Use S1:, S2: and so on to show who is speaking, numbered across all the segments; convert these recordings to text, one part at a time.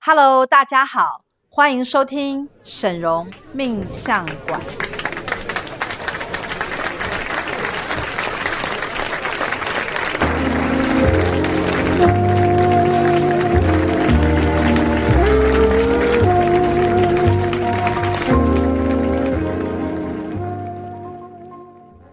S1: Hello，大家好，欢迎收听沈荣命相馆。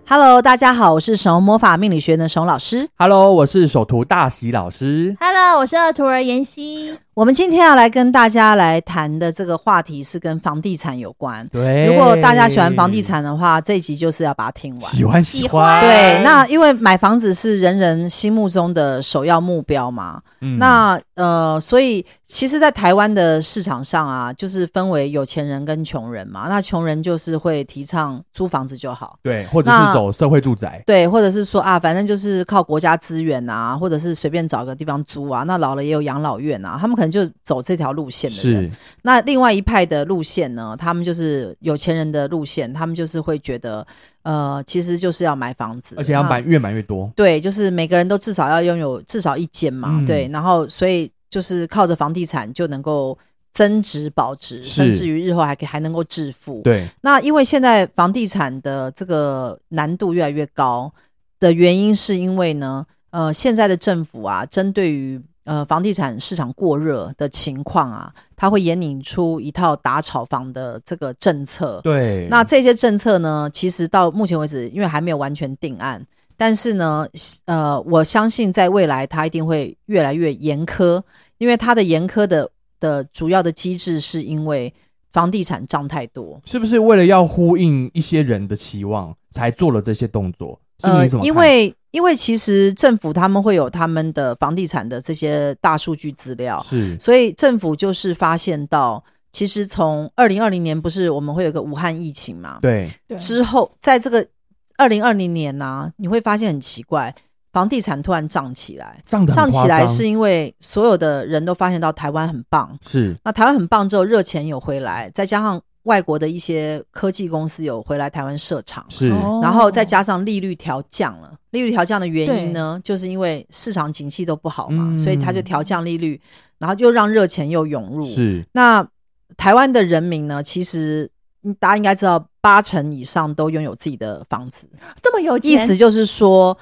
S1: Hello，大家好，我是沈荣魔法命理学院的沈荣老师。
S2: Hello，我是首徒大喜老师。
S3: Hello，我是二徒儿妍希。
S1: 我们今天要来跟大家来谈的这个话题是跟房地产有关。
S2: 对，
S1: 如果大家喜欢房地，产的话，这一集就是要把它听完。
S2: 喜欢
S3: 喜
S2: 喜欢，
S3: 欢
S1: 对，那因为买房子是人人心目中的首要目标嘛。
S2: 嗯
S1: 那呃，所以其实，在台湾的市场上啊，就是分为有钱人跟穷人嘛。那穷人就是会提倡租房子就好。
S2: 对，或者
S1: 那
S2: 是走社会住宅，
S1: 对，或者是说啊，反正就是靠国家资源啊，或者是随便找个地方租啊。那老了也有养老院啊，他们可能就走这条路线的人。
S2: 是
S1: 那另外一派的路线呢，他们就是有钱人的路线，他们就是会觉得，呃，其实就是要买房子，
S2: 而且要
S1: 那
S2: 买越买越多，
S1: 对，就是每个人都至少要拥有至少一间嘛，
S2: 嗯
S1: 对，然后所以就是靠着房地产就能够增值保值，
S2: 是
S1: 甚至于日后还可以还能够致富。
S2: 对，
S1: 那因为现在房地产的这个难度越来越高的原因，是因为呢，呃，现在的政府啊，针对于呃房地产市场过热的情况啊，它会引领出一套打炒房的这个政策。
S2: 对，
S1: 那这些政策呢，其实到目前为止，因为还没有完全定案，但是呢，呃，我相信在未来它一定会越来越严苛，因为它的严苛的的主要的机制是因为房地产涨太多。
S2: 是不是为了要呼应一些人的期望，才做了这些动作？是
S1: 呃
S2: 你怎么看？
S1: 因为因为其实政府他们会有他们的房地产的这些大数据资料，
S2: 是
S1: 所以政府就是发现到，其实从二零二零年不是我们会有个武汉疫情嘛，
S2: 对，
S3: 对
S1: 之后在这个二零二零年呢、你会发现很奇怪，房地产突然涨起来，
S2: 涨得
S1: 涨
S2: 很
S1: 起
S2: 夸
S1: 来
S2: 张，
S1: 是因为所有的人都发现到台湾很棒，
S2: 是
S1: 那台湾很棒之后热钱有回来，再加上外国的一些科技公司有回来台湾设厂，
S2: 是
S1: 然后再加上利率调降了，利率调降的原因
S3: 对
S1: 呢，就是因为市场景气都不好嘛，
S2: 嗯
S1: 所以他就调降利率，然后又让热钱又涌入。
S2: 是
S1: 那台湾的人民呢，其实嗯大家应该知道，八成以上都拥有自己的房子，
S3: 这么有钱，
S1: 意思就是说，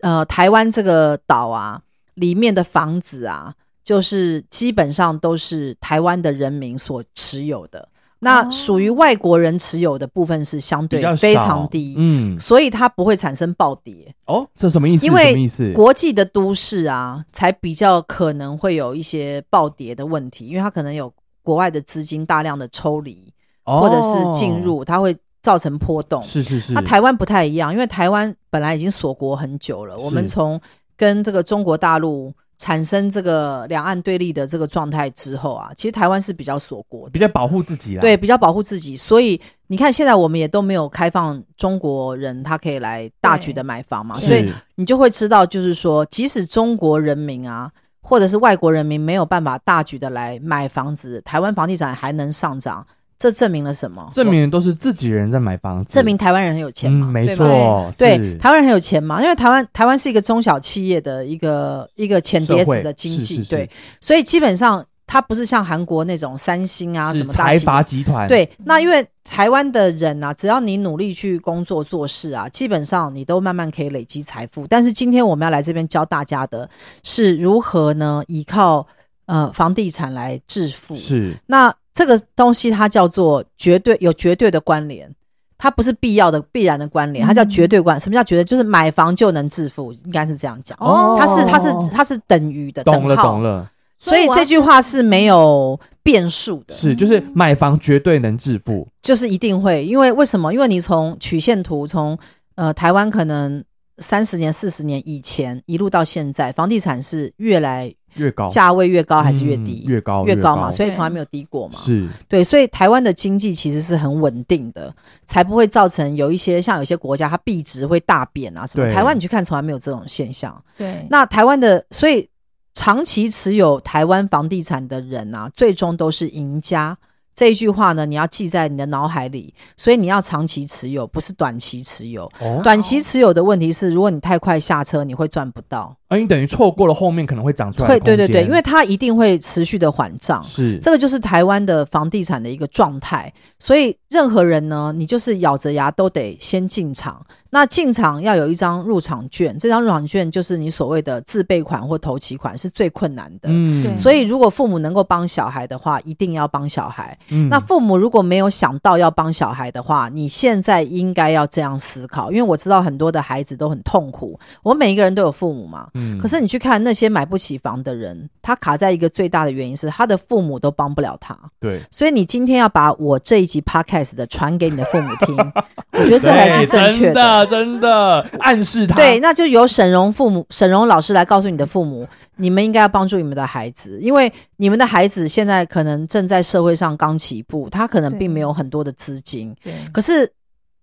S1: 呃，台湾这个岛啊，里面的房子啊，就是基本上都是台湾的人民所持有的。那
S3: 哦
S1: 属于外国人持有的部分是相
S2: 比
S1: 对
S2: 较
S1: 非
S2: 少
S1: 常低，
S2: 嗯，
S1: 所以它不会产生暴跌。
S2: 哦，这什么意思？
S1: 因为
S2: 什么意思？
S1: 国际的都市啊，才比较可能会有一些暴跌的问题，因为它可能有国外的资金大量的抽离，
S2: 哦
S1: 或者是进，入，它会造成波动。
S2: 是是是，
S1: 那台湾不太一样，因为台湾本来已经锁国很久了，我们
S2: 是
S1: 从跟这个中国大陆产生这个两岸对立的这个状态之后啊，其实台湾是比较锁国的。
S2: 比较保护自己啦，
S1: 对，比较保护自己，所以你看，现在我们也都没有开放中国人他可以来大举的买房嘛，
S2: 是，
S1: 所以你就会知道，就是说，即使中国人民啊，或者是外国人民没有办法大举的来买房子，台湾房地产还能上涨，这证明了什么？
S2: 证明都是自己人在买房子，
S1: 证明台湾人很有钱
S2: 嗯，
S1: 嘛，
S2: 没
S1: 对吗
S2: 错，
S1: 对，
S2: 是
S1: 台湾人很有钱嘛，因为台湾台湾是一个中小企业的一个一个浅碟
S2: 社
S1: 子
S2: 会
S1: 的经
S2: 是
S1: 济，
S2: 是是
S1: 对，所以基本上它不是像韩国那种三星啊什
S2: 是
S1: 么大
S2: 财
S1: 企
S2: 阀
S1: 业。
S2: 集团，
S1: 对，那因为台湾的人啊，只要你努力去工作做事啊，基本上你都慢慢可以累积财富。但是今天我们要来这边教大家的是如何呢，依靠呃房地产来致富。
S2: 是
S1: 那这个东西它叫做绝对有绝对的关联，它不是必要的必然的关联，它叫绝对关。什么叫绝对？就是买房就能致富，应该是这样讲。
S2: 哦
S1: 它是它是它是等于的，
S2: 懂了
S1: 等号
S2: 懂。了，
S1: 所以
S3: 我要
S1: 这句话是没有变数的，
S2: 是就是买房绝对能致富，
S1: 就是一定会。因为为什么？因为你从曲线图从呃台湾可能。三十年、四十年以前一路到现在，房地产是越来
S2: 越高
S1: 价位越高还是越
S2: 嗯
S1: 低？
S2: 越高
S1: 越
S2: 高
S1: 高嘛，所以从来
S3: 对
S1: 没有低过嘛。
S2: 是
S1: 对，所以台湾的经济其实是很稳定的，才不会造成有一些像有些国家它币值会大贬啊什么。
S2: 对
S1: 台湾你去看从来没有这种现象。
S3: 对，
S1: 那台湾的，所以长期持有台湾房地产的人啊，最终都是赢家，这一句话呢，你要记在你的脑海里，所以你要长期持有，不是短期持有。
S2: 哦，
S1: 短期持有的问题是，如果你太快下车，你会赚不到。
S2: 而啊你等于错过了后面可能会长出来的
S1: 会，对对
S2: 空间
S1: 对，因为它一定会持续的缓涨。
S2: 是
S1: 这个就是台湾的房地产的一个状态，所以任何人呢，你就是咬着牙都得先进场。那进场要有一张入场券，这张入场券就是你所谓的自备款或头期款，是最困难的。
S2: 嗯
S3: 对
S1: 所以，如果父母能够帮小孩的话，一定要帮小孩。
S2: 嗯
S1: 那父母如果没有想到要帮小孩的话，你现在应该要这样思考，因为我知道很多的孩子都很痛苦，我们每一个人都有父母嘛。
S2: 嗯
S1: 可是你去看那些买不起房的人，他卡在一个最大的原因是他的父母都帮不了他，
S2: 对，
S1: 所以你今天要把我这一集 podcast 的传给你的父母 听，我觉得 这才是
S2: 对
S1: 正确
S2: 哎真的真的暗示他
S1: 对，那就由沈荣父母、沈荣老师来告诉你的父母，你们应该要帮助你们的孩子，因为你们的孩子现在可能正在社会上刚起步，他可能
S3: 对
S1: 并没有很多的资金，
S3: 对
S1: 可是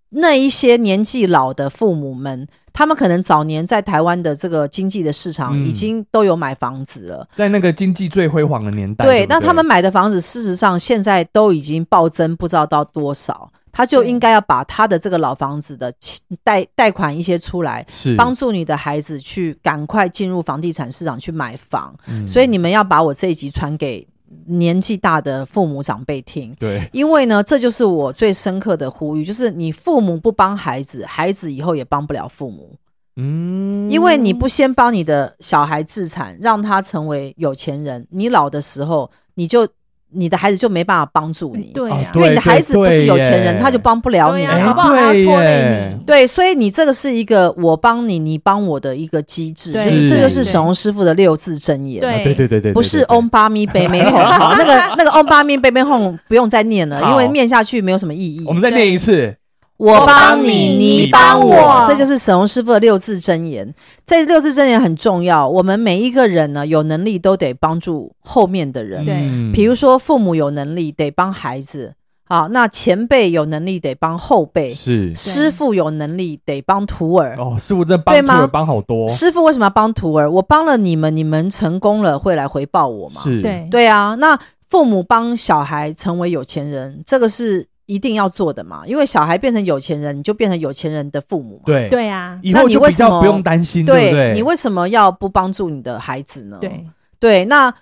S1: 那一些年纪老的父母们，他们可能早年在台湾的这个经济的市场
S2: 嗯
S1: 已经都有买房子了，
S2: 在那个经济最辉煌的年代，
S1: 对
S2: 嗯对，，
S1: 那他们。买的房子事实上现在都已经暴增，不知道到多少。他就
S3: 对
S1: 应该要把他的这个老房子的钱贷贷款一些出来，
S2: 是
S1: 帮助你的孩子去赶快进入房地产市场去买房。
S2: 嗯
S1: 所以你们要把我这一集传给年纪大的父母长辈听。
S2: 对
S1: 因为呢，这就是我最深刻的呼吁，就是你父母不帮孩子，孩子以后也帮不了父母，
S2: 嗯
S1: 因为你不先帮你的小孩自产，让他成为有钱人，你老的时候，你就你的孩子就没办法帮助你，
S3: 对
S2: 啊
S3: 啊，
S1: 因为你的
S2: 对对
S1: 孩子不是有钱
S2: 对哎
S1: 人，
S2: 耶
S1: 他就帮不了你
S3: 对啊
S1: 啊
S3: 搞。不好还要
S2: 对
S3: 拖
S2: 耶
S3: 累你。
S1: 对，所以你这个是一个我帮你，你帮我的一个机制，
S3: 对
S1: 就是这
S2: 是
S1: 就是沈宏师傅的六字真言。
S3: 对
S2: 啊对对对对对，
S1: 不是
S2: 对对
S1: 翁巴咪贝贝 哄，好，那个那个翁巴咪贝贝哄不用再念了，
S2: 好
S1: 因为念下去没有什么意义
S2: 我。们再念一次，
S1: 我帮
S3: 帮
S1: 你，
S3: 你
S1: 你
S3: 你
S1: 帮
S3: 帮
S1: 我
S3: 我，
S1: 这就是沈宏师傅的六字真言。这六字真言很重要，我们每一个人呢，有能力都得帮助后面的人。
S3: 对
S2: 嗯
S1: 比如说父母有能力得帮孩子，好，那前辈有能力得帮后辈，
S2: 是
S1: 师傅有能力得帮徒儿。
S2: 哦，师傅这帮
S1: 对
S2: 徒
S1: 吗
S2: 儿帮好多，
S1: 师傅为什么要帮徒儿？我帮了你们，你们成功了会来回报我吗？
S2: 是，
S3: 对
S1: 对啊，那父母帮小孩成为有钱人，这个是一定要做的嘛，因为小孩变成有钱人，你就变成有钱人的父母嘛。
S2: 对，
S3: 对啊，
S2: 以
S1: 那
S2: 后
S1: 你
S2: 就
S1: 为
S2: 比
S1: 什
S2: 较
S1: 么
S2: 不用担心，
S1: 对
S2: 不对？
S1: 你为什么要不帮助你的孩子呢？
S3: 对
S1: 对那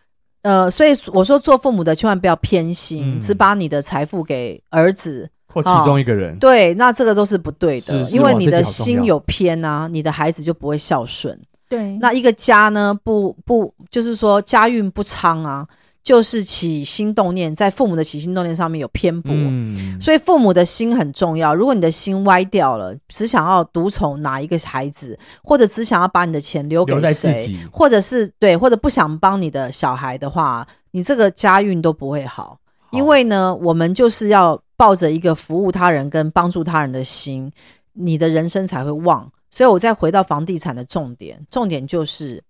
S1: 呃，所以我说做父母的千万不要偏心，
S2: 嗯
S1: 只把你的财富给儿子。
S2: 或其中一个人，
S1: 对，那这个都是不对的，
S2: 是是
S1: 因为
S2: 哇
S1: 你
S2: 这
S1: 的
S2: 集好重
S1: 心
S2: 要
S1: 有偏啊，你的孩子就不会孝顺。
S3: 对，
S1: 那一个家呢，不不就是说家运不昌啊，就是起心动念，在父母的起心动念上面有偏颇。
S2: 嗯，
S1: 所以父母的心很重要。如果你的心歪掉了，只想要独宠哪一个孩子，或者只想要把你的钱留给
S2: 留在自
S1: 谁
S2: 己，
S1: 或者是对，或者不想帮你的小孩的话，你这个家运都不会好。
S2: 好
S1: 因为呢，我们就是要抱着一个服务他人跟帮助他人的心，你的人生才会旺。所以我再回到房地产的重点，重点就是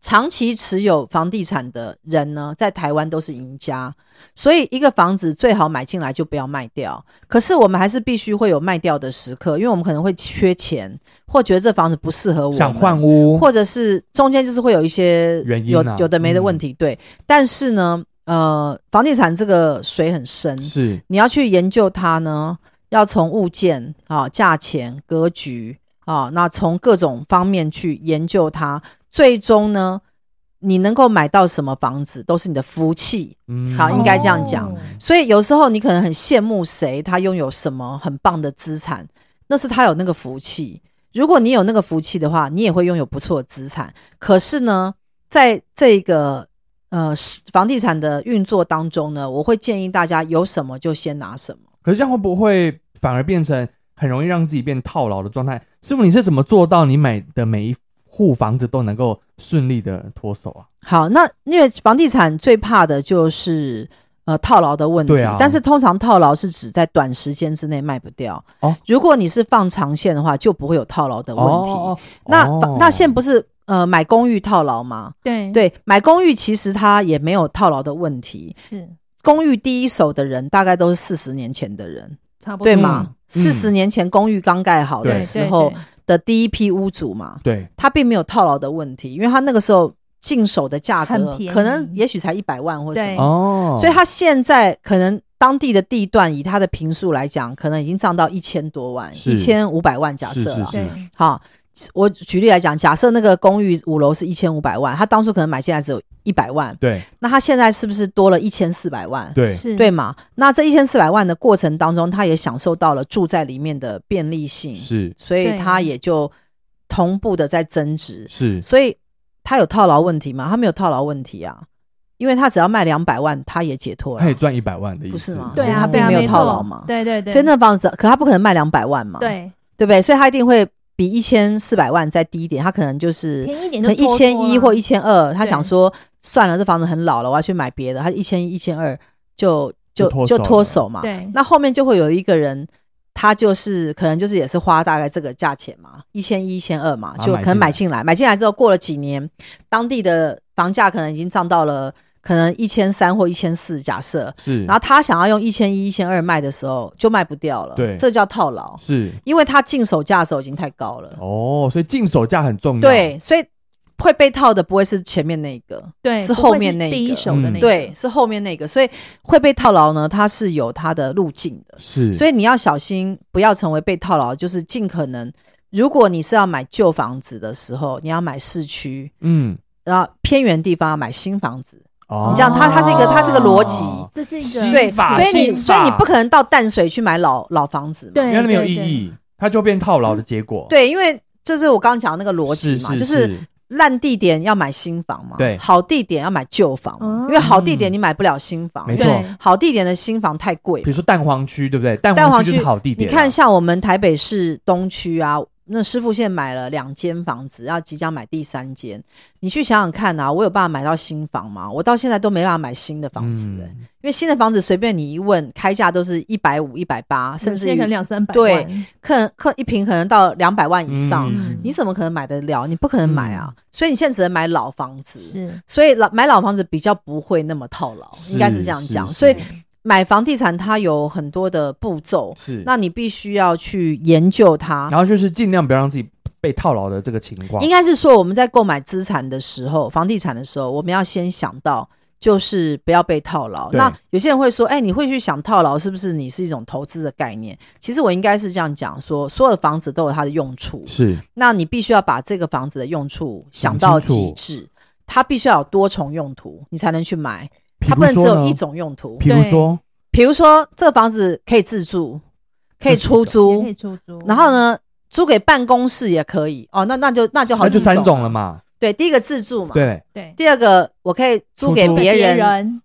S1: 长期持有房地产的人呢，在台湾都是赢家。所以一个房子最好买进来就不要卖掉。可是我们还是必须会有卖掉的时刻，因为我们可能会缺钱，或觉得这房子不适合我们，
S2: 想换屋，
S1: 或者是中间就是会有一些
S2: 原因
S1: 有
S2: 啊
S1: 有的没的问题，对。但是呢，呃，房地产这个水很深，
S2: 是
S1: 你要去研究它呢，要从物件啊、价钱、格局啊，那从各种方面去研究它，最终呢，你能够买到什么房子，都是你的福气。
S2: 嗯
S1: 好应该这样
S3: 讲
S2: 哦
S1: 所以有时候你可能很羡慕谁，他拥有什么很棒的资产，那是他有那个福气。如果你有那个福气的话，你也会拥有不错的资产。可是呢，在这个呃是房地产的运作当中呢，我会建议大家有什么就先拿什么。
S2: 可是这样会不会反而变成很容易让自己变套牢的状态？师傅，你是怎么做到你买的每一户房子都能够顺利的脱手啊？
S1: 好，那因为房地产最怕的就是呃套牢的问题，
S2: 对啊
S1: 但是通常套牢是指在短时间之内卖不掉。
S2: 哦，
S1: 如果你是放长线的话，就不会有套牢的问题。
S2: 哦
S1: 那、
S2: 哦
S1: 那现在不是呃买公寓套牢吗？
S3: 对
S1: 对，买公寓其实它也没有套牢的问题。
S3: 是
S1: 公寓第一手的人大概都是四十年前的人，
S3: 差不多
S1: 对吗？
S2: 嗯
S1: 四十、年前公寓刚盖好
S2: 对
S1: 的时候的第一批屋主嘛，
S2: 对
S1: 他并没有套牢的问题，因为他那个时候进手的价格
S3: 很便宜
S1: 可能也许才一百万或什
S3: 对
S1: 么，
S2: 哦，
S1: 所以他现在可能当地的地段以他的平数来讲，可能已经涨到一千多万，
S2: 是
S1: 一千五百万假
S2: 是
S1: 设
S2: 是
S1: 了
S2: 是。
S3: 对，
S1: 好，我举例来讲，假设那个公寓五楼是一千五百万，他当初可能买进来只有一百万，
S2: 对
S1: 那他现在是不是多了一千四百万？
S2: 对
S3: 是，
S1: 对嘛？那这一千四百万的过程当中，他也享受到了住在里面的便利性，
S2: 是
S1: 所以
S3: 对
S1: 他也就同步的在增值。
S2: 是
S1: 所以他有套牢问题吗？他没有套牢问题啊，因为他只要卖两百万，他也解脱了啊
S2: 他。也赚一百万的意思，
S1: 不是吗
S3: 对
S1: 因为
S3: 啊，
S1: 他
S3: 对
S1: 并
S3: 啊
S1: 没有
S3: 没
S1: 套
S3: 错
S1: 牢嘛
S3: 对对对，
S1: 所以那房子，可他不可能卖两百万嘛，
S3: 对
S1: 对不对？所以他一定会比一千四百万再低一点，他可能就是
S3: 便宜一
S1: 可
S3: 点就
S1: 能一
S3: 多
S1: 千
S3: 多
S1: 一
S3: 啦
S1: 或一千二，他
S3: 对
S1: 想说算了，这房子很老了，我要去买别的，他一千一、一千二就就
S2: 就脱
S1: 就
S2: 手
S1: 脱
S2: 了
S1: 手嘛。
S3: 对，
S1: 那后面就会有一个人，他就是可能就是也是花大概这个价钱嘛，一千一、一千二嘛，
S2: 把它
S1: 就
S2: 买
S1: 可能
S2: 进
S1: 买
S2: 来
S1: 进来，买进来之后过了几年，当地的房价可能已经涨到了可能一千三或一千四，假设，
S2: 是，
S1: 然后他想要用一千一、一千二卖的时候就卖不掉了，
S2: 对
S1: 这叫套牢，
S2: 是
S1: 因为他进手价的时候已经太高了，
S2: 哦，所以进手价很重要，
S1: 对，所以会被套的不会是前面那个，
S3: 对
S1: 是
S3: 不
S1: 后
S3: 会
S1: 面那
S3: 第
S1: 个
S3: 一手的
S2: 嗯
S3: 那个，
S1: 对，是后面那个，所以会被套牢呢，它是有它的路径的。
S2: 是，
S1: 所
S2: 以
S1: 以你要小心，不要成为被套牢，就是尽可能，如果你是要买旧房子的时候，你要买市区，
S2: 嗯，
S1: 然后偏远地方要买新房子，
S2: 哦，
S1: 你这样它它是一个它是个逻辑
S3: 这是一
S2: 是
S3: 个
S1: 对，
S2: 新法
S1: 所以你
S2: 新
S1: 所以你
S2: 法
S1: 不可能到淡水去买老老房子嘛，
S3: 对，
S2: 因为它没有
S3: 对
S2: 意，义，它就变套牢的结果，
S1: 嗯对，因为就是我刚刚讲的那个逻辑
S2: 是，
S1: 嘛，
S2: 是
S1: 就是烂地点要买新房嘛，
S2: 对
S1: 好地点要买旧房嘛，
S3: 哦
S1: 因为好地
S2: 嗯
S1: 点你买不了新房，
S2: 没
S1: 因
S2: 错
S1: 为
S3: 对
S1: 好地点的新房太贵
S2: 比如，说蛋黄区，对不对？蛋
S1: 蛋黄
S2: 区就是
S1: 区
S2: 好地
S1: 你
S2: 点啊，
S1: 看，像我们台北市东区啊，那师傅现在买了两间房子，要即将买第三间。你去想想看啊，我有办法买到新房吗？我到现在都没办法买新的房子、欸
S2: 嗯
S1: 因为新的房子随便你一问，开价都是一百五、一百八，甚
S3: 有
S1: 至
S3: 些
S1: 于
S3: 可能两三百
S1: 对
S3: 万，
S1: 可可一平可能到两百万以上、
S2: 嗯
S1: 你怎么可能买得了？你不可能买啊！所以你现在只能买老房子，
S3: 是
S1: 所以老买老房子比较不会那么套牢，应该是这样
S2: 是
S1: 讲。
S2: 是
S1: 所以
S3: 对
S1: 买房地产它有很多的步骤，
S2: 是，
S1: 那你必须要去研究它。
S2: 然后就是尽量不要让自己被套牢的这个情况
S1: 应，该是说我们在购买资产的时候，房地产的时候，我们要先想到。就是不要被套牢。
S2: 对
S1: 那有些人会说，哎、你会去想套牢，是不是你是一种投资的概念？其实我应该是这样讲说，所有的房子都有它的用处，
S2: 是
S1: 那你必须要把这个房子的用处想
S2: 想
S1: 到
S2: 清楚
S1: 极致，它必须要有多重用途，你才能去买，
S2: 比
S1: 它
S2: 如
S1: 不能只
S2: 说
S1: 有
S2: 呢
S1: 一种用途。
S2: 比如
S3: 对
S2: 说，
S1: 比如说，这个房子可以自住，可以
S2: 这是
S1: 出
S2: 一种
S1: 租
S3: 也可，以出租，
S1: 然后？呢，租给办公室也可以哦，那那就那就好
S2: 那
S1: 几
S2: 就三
S1: 种
S2: 种了。嘛，
S1: 对，第一个自住嘛，
S2: 对，
S3: 对，
S1: 第二个我可以租给
S2: 出租
S1: 别人
S3: 人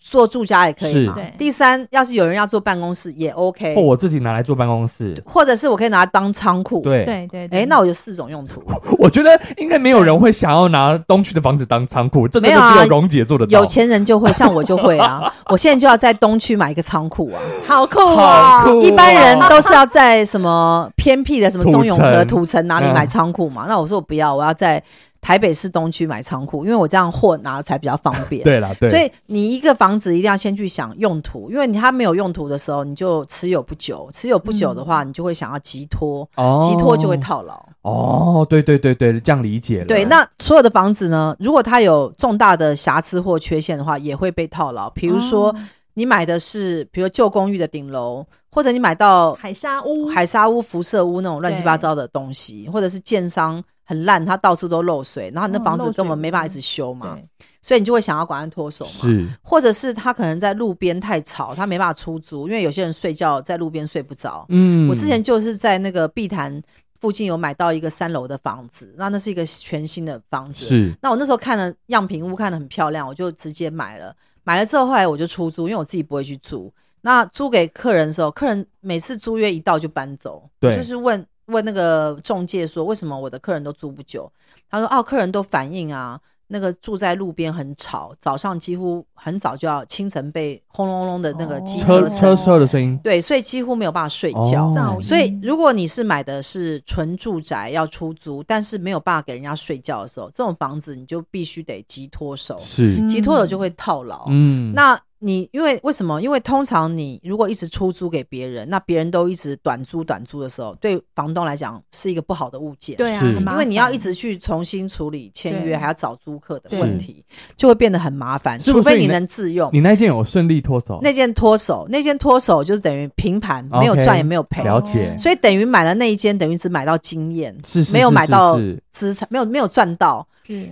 S1: 做住家也可以嘛
S2: 是
S3: 对。
S1: 第三，要是有人要做办公室也 OK，
S2: 或我自己拿来做办公室，
S1: 或者是我可以拿来当仓库。，
S2: 对，
S3: 对对，对
S1: 哎，那我有四种用途。
S2: 我觉得应该没有人会想要拿东区的房子当 仓库，真的
S1: 没有
S2: 就
S1: 啊
S2: 只有蓉姐做得到。
S1: 有钱人就会，像我就会 啊，我现在就要在东区买一个仓库啊。
S3: 好酷哦
S2: 好酷哦
S1: 一般人都是要在什么偏僻的什么中永和、
S2: 土
S1: 土城哪里
S2: 嗯
S1: 买仓库嘛。那我说我不要，我要在台北市东区买仓库，因为我这样货拿才比较方便。
S2: 对啦，对，
S1: 所以你一个房子一定要先去想用途，因为你它没有用途的时候，你就持有不久，持有不久的话，你就会想要急拖，
S2: 哦
S1: 急拖就会套牢。
S2: 哦，对对对对，这样理解了。
S1: 对，那所有的房子呢，如果它有重大的瑕疵或缺陷的话，也会被套牢。比如说
S3: 哦
S1: 你买的是，比如旧公寓的顶楼，或者你买到
S3: 哦海沙屋，
S1: 海沙屋、辐射屋那种乱七八糟的东西，或者是建商很烂，它到处都漏水，然后你的
S3: 嗯
S1: 房子
S3: 漏水
S1: 根本
S3: 屋
S1: 没办法一直修嘛，
S3: 对
S1: 所以你就会想要赶快脱手嘛。
S2: 是
S1: 或者是他可能在路边太吵，他没办法出租，因为有些人睡觉在路边睡不着。
S2: 嗯，
S1: 我之前就是在那个碧潭附近有买到一个三楼的房子，那那是一个全新的房子，
S2: 是
S1: 那我那时候看了样品屋，看得很漂亮，我就直接买了。买了之后，后来我就出租，因为我自己不会去住。那租给客人的时候，客人每次租约一到就搬走，
S2: 对
S1: 就是问问那个中介说，为什么我的客人都租不久？他说，哦，客人都反映啊，那个住在路边很吵，早上几乎很早就要清晨被轰隆隆的那个机
S3: 汽
S2: 车
S1: 车声，
S2: 车车的声音，
S1: 对，所以几乎没有办法睡觉。
S2: 哦
S3: 噪音
S1: 所以，如果你是买的是纯住宅要出租，但是没有办法给人家睡觉的时候，这种房子你就必须得急脱手，
S2: 是
S3: 嗯
S1: 急脱手就会套牢。
S2: 嗯，
S1: 那你因为为什么？因为通常你如果一直出租给别人，那别人都一直短租短租的时候，对房东来讲是一个不好的物件。
S3: 对啊，
S2: 是
S3: 很麻
S1: 因
S3: 烦
S1: 为你要一直去重新处理签约，
S3: 对
S1: 还要找租客的
S3: 对
S1: 问题，就会变得很麻烦。
S2: 是不
S1: 除
S2: 是
S1: 非你
S2: 你那
S1: 能自用
S2: 你那件有顺利脱手？
S1: 那件脱手，那件脱手就是等于平盘，
S2: OK，
S1: 没有赚也没有赔，
S2: 了解，
S1: 所以等于买了那一间，等于只买到经验，
S2: 是是
S1: 没有
S2: 是
S1: 买
S2: 是
S1: 到
S2: 是
S1: 资产，没有没有赚到。
S3: 是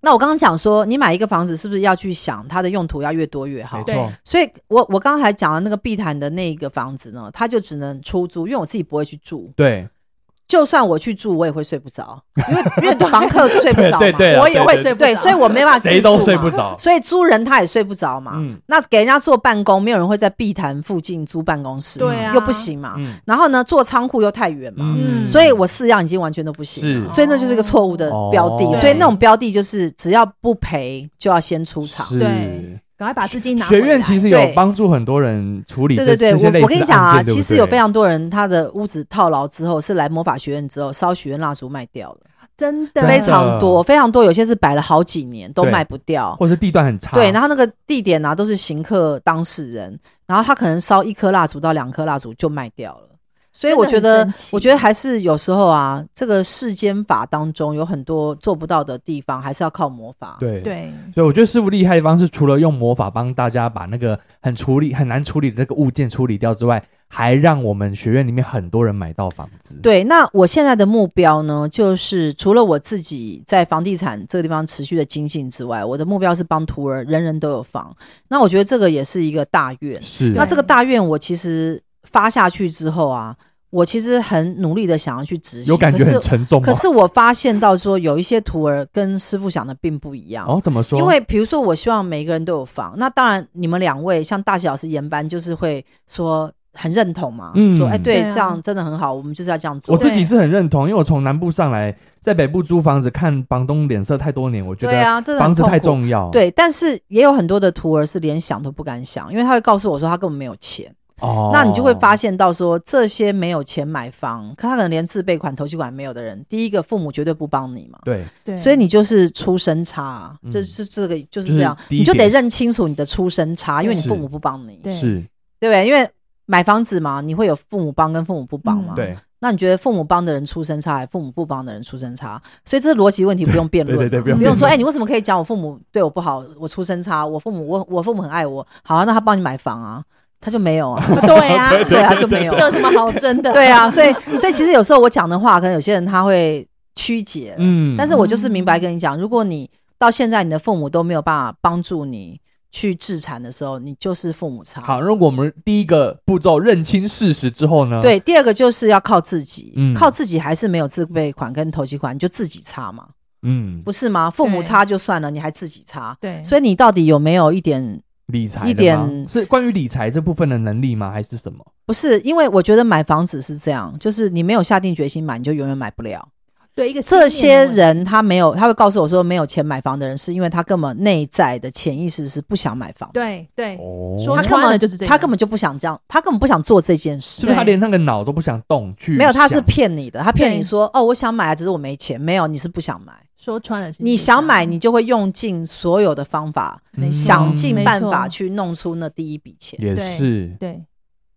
S1: 那我刚刚讲说，你买一个房子是不是要去想它的用途要越多越好
S2: 没？
S3: 对
S2: 错，
S1: 所以我我刚才讲的那个碧潭的那个房子呢，它就只能出租，因为我自己不会去住，
S2: 对
S1: 就算我去住，我也会睡不着，因为因为房 客睡不着
S2: 对
S1: 嘛，
S2: 对对啊，
S3: 我也
S2: 对
S3: 会
S2: 对
S3: 睡不
S1: 对，
S3: 着
S1: 所以我没办法自
S2: 谁都
S1: 住
S2: 睡
S1: 嘛啊
S2: 不 着。
S1: 所以租人他也睡不着嘛。
S2: 嗯
S1: 那给人家做办公，没有人会在碧潭附近租办公室嘛，
S3: 对啊
S1: 又不行嘛。
S2: 嗯
S1: 然后呢，做仓库又太远嘛，
S3: 嗯
S1: 所以我四样已经完全都不行了，
S2: 是
S1: 所以那就是个错误的标的。
S2: 哦
S1: 所以那种标的就是只要不赔就要先出场。
S2: 是
S3: 对赶快把资金拿
S2: 学院其
S3: 实
S2: 实有
S1: 对
S2: 帮助很多人处理
S1: 对
S2: 这
S1: 对对，
S2: 这些类
S1: 我我跟你
S2: 似的
S1: 讲啊，
S2: 案件对不
S1: 其实有
S2: 对
S1: 非常多人他的屋子套牢之后是来魔法学院之后烧许愿蜡烛卖掉了，
S3: 真的
S1: 非常多非常多，有些是摆了好几年都
S2: 对
S1: 卖不掉。
S2: 或是地段很差，
S1: 对，然后那个地点呢、啊、都是行客当事人，然后他可能烧一颗蜡烛到两颗蜡烛就卖掉了。所以我觉
S3: 真的很
S1: 得
S3: 神，奇
S1: 我觉得还是有时候啊，这个世间法当中有很多做不到的地方，还是要靠魔法。
S2: 对。
S3: 对
S2: 所以我觉得师傅厉害的地方是，除了用魔法帮大家把那个很处理很难处理的那个物件处理掉之外，还让我们学院里面很多人买到房子。，
S1: 对，那我现在的目标呢，就是除了我自己在房地产这个地方持续的精进之外，我的目标是帮徒儿人人都有房。那我觉得这个也是一个大愿。
S2: 是。
S1: 那这个大愿，我其实发下去之后啊，我其实很努力的想要去执行，
S2: 有感觉
S1: 可是
S2: 很沉重吗？
S1: 可是我发现到说，有一些徒儿跟师傅想的并不一样。
S2: 哦，怎么说？
S1: 因为比如说，我希望每个人都有房。那当然，你们两位像大喜老师研班，就是会说很认同嘛，
S2: 嗯
S1: 说哎，对，
S3: 对啊
S1: 这样真的很好，我们就是要这样做。
S2: 我自己
S3: 对
S2: 是很认同，因为我从南部上来，在北部租房子看房东脸色太多年，我觉
S1: 对
S2: 得
S1: 啊，真的很
S2: 房子
S1: 痛
S2: 太
S1: 苦。
S2: 重要。
S1: 对，但是也有很多的徒儿是连想都不敢想，因为他会告诉我说他根本没有钱。
S2: 哦，
S1: 那你就会发现到说，这些没有钱买房，可他可能连自备款、头期款没有的人，第一个父母绝对不帮你嘛。
S2: 对，
S3: 对，
S1: 所以你就是出身差啊，
S2: 嗯
S1: 这是这个就是
S2: 就是
S1: 这样，
S2: 第一
S1: 你就得
S2: 点
S1: 认清楚你的出身差，因为你
S2: 是
S1: 父母不帮你，
S3: 对
S2: 是，
S1: 对不对？因为买房子嘛，你会有父母帮跟父母不帮嘛。
S3: 嗯，
S2: 对，
S1: 那你觉得父母帮的人出身差，还是父母不帮的人出身差？所以这是逻辑问题，不用辩论嘛。
S2: 对对对不用
S1: 不用说，
S2: 辩论
S1: 哎，你为什么可以讲我父母对我不好，我出身差，我父母我我父母很爱我，好啊，那他帮你买房啊，他就没有啊
S3: 对 啊，
S1: 对啊，他就没有
S3: 这。有什么好争的？
S1: 对啊，所以所以其实有时候我讲的话，可能有些人他会曲解，
S2: 嗯，
S1: 但是我就是明白跟你讲，如果你到现在你的父母都没有办法帮助你去自产的时候，你就是父母差。
S2: 好，如果我们第一个步骤认清事实之后呢？，
S1: 对，第二个就是要靠自己，
S2: 嗯
S1: 靠自己还是没有自备款跟投期款，你就自己差嘛，
S2: 嗯，
S1: 不是吗？父母差就算了，你还自己差，
S3: 对，
S1: 所以你到底有没有一点？
S2: 理财
S1: 一
S2: 的吗
S1: 点
S2: 是关于理财这部分的能力吗？还是什么？
S1: 不是，因为我觉得买房子是这样，就是你没有下定决心买，你就永远买不了。
S3: 对一个
S1: 这
S3: 信念
S1: 些
S3: 啊的问题
S1: 人他没有，他会告诉我说，没有钱买房的人是因为他根本内在的潜意识是不想买房的。
S3: 对对
S2: 哦
S3: 说
S1: 他
S3: 穿
S1: 根
S3: 了
S1: 本
S3: 就是这样
S1: 他根本就不想这样，他根本不想做这件
S2: 是
S1: 事
S2: 不。是他
S3: 对
S2: 连那个脑都不想动去？
S1: 没有，他是。骗你的，他骗
S3: 对
S1: 你说哦，我想买啊，只是我没钱。没有，你是不想买，
S3: 说穿了是啊
S1: 你
S3: 这样
S1: 想买，你就会用尽所有的方法，
S3: 没错
S1: 想尽办法
S3: 嗯没错
S1: 去弄出那第一笔钱，
S2: 嗯也
S3: 对
S2: 是，
S3: 对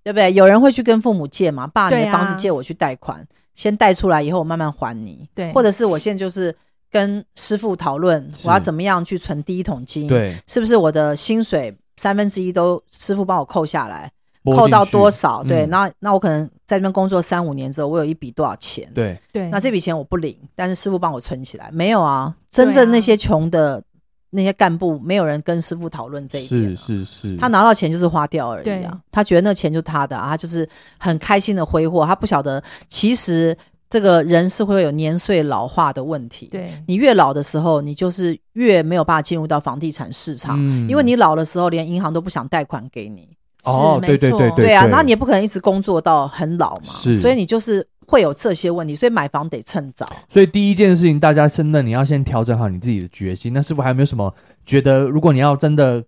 S1: 对不对？有人会去跟父母借嘛，爸，你
S3: 对
S1: 的
S3: 啊
S1: 房子借我去贷款，先贷出来，以后我慢慢还你。
S3: 对
S1: 或者是我现在就是跟师傅讨论，
S2: 是
S1: 我要怎么样去存第一桶金，，
S2: 对，
S1: 是不是我的薪水三分之一都师傅帮我扣下来？
S2: 拨
S1: 扣
S2: 进
S1: 到
S2: 去
S1: 多少？对，
S2: 嗯
S1: 那那我可能在那边工作三五年之后，我有一笔多少钱？，
S2: 对，
S3: 对，
S1: 那这笔钱我不领，但是师傅帮我存起来。没有啊，真正
S3: 对啊
S1: 那些穷的那些干部，没有人跟师傅讨论这一点
S2: 是
S1: 啊、
S2: 是是，
S1: 他拿到钱就是花掉而已
S3: 对
S1: 啊，他觉得那钱就是他的、啊，他就是很开心的挥霍，他不晓得其实这个人是会有年岁老化的问题。，
S3: 对
S1: 你越老的时候，你就是越没有办法进入到房地产市场，
S2: 嗯
S1: 因为你老的时候连银行都不想贷款给你。
S2: 哦，
S3: 是
S2: 对对
S3: 没
S2: 对
S3: 错
S1: 对啊，那你也不可能一直工作到很老嘛，
S2: 是
S1: 所以你就是会有这些问题，所以买房得趁早。
S2: 所以第一件事情，大家真的你要先调整好你自己的决心。那是不是还有没有什么觉得，如果你要真的，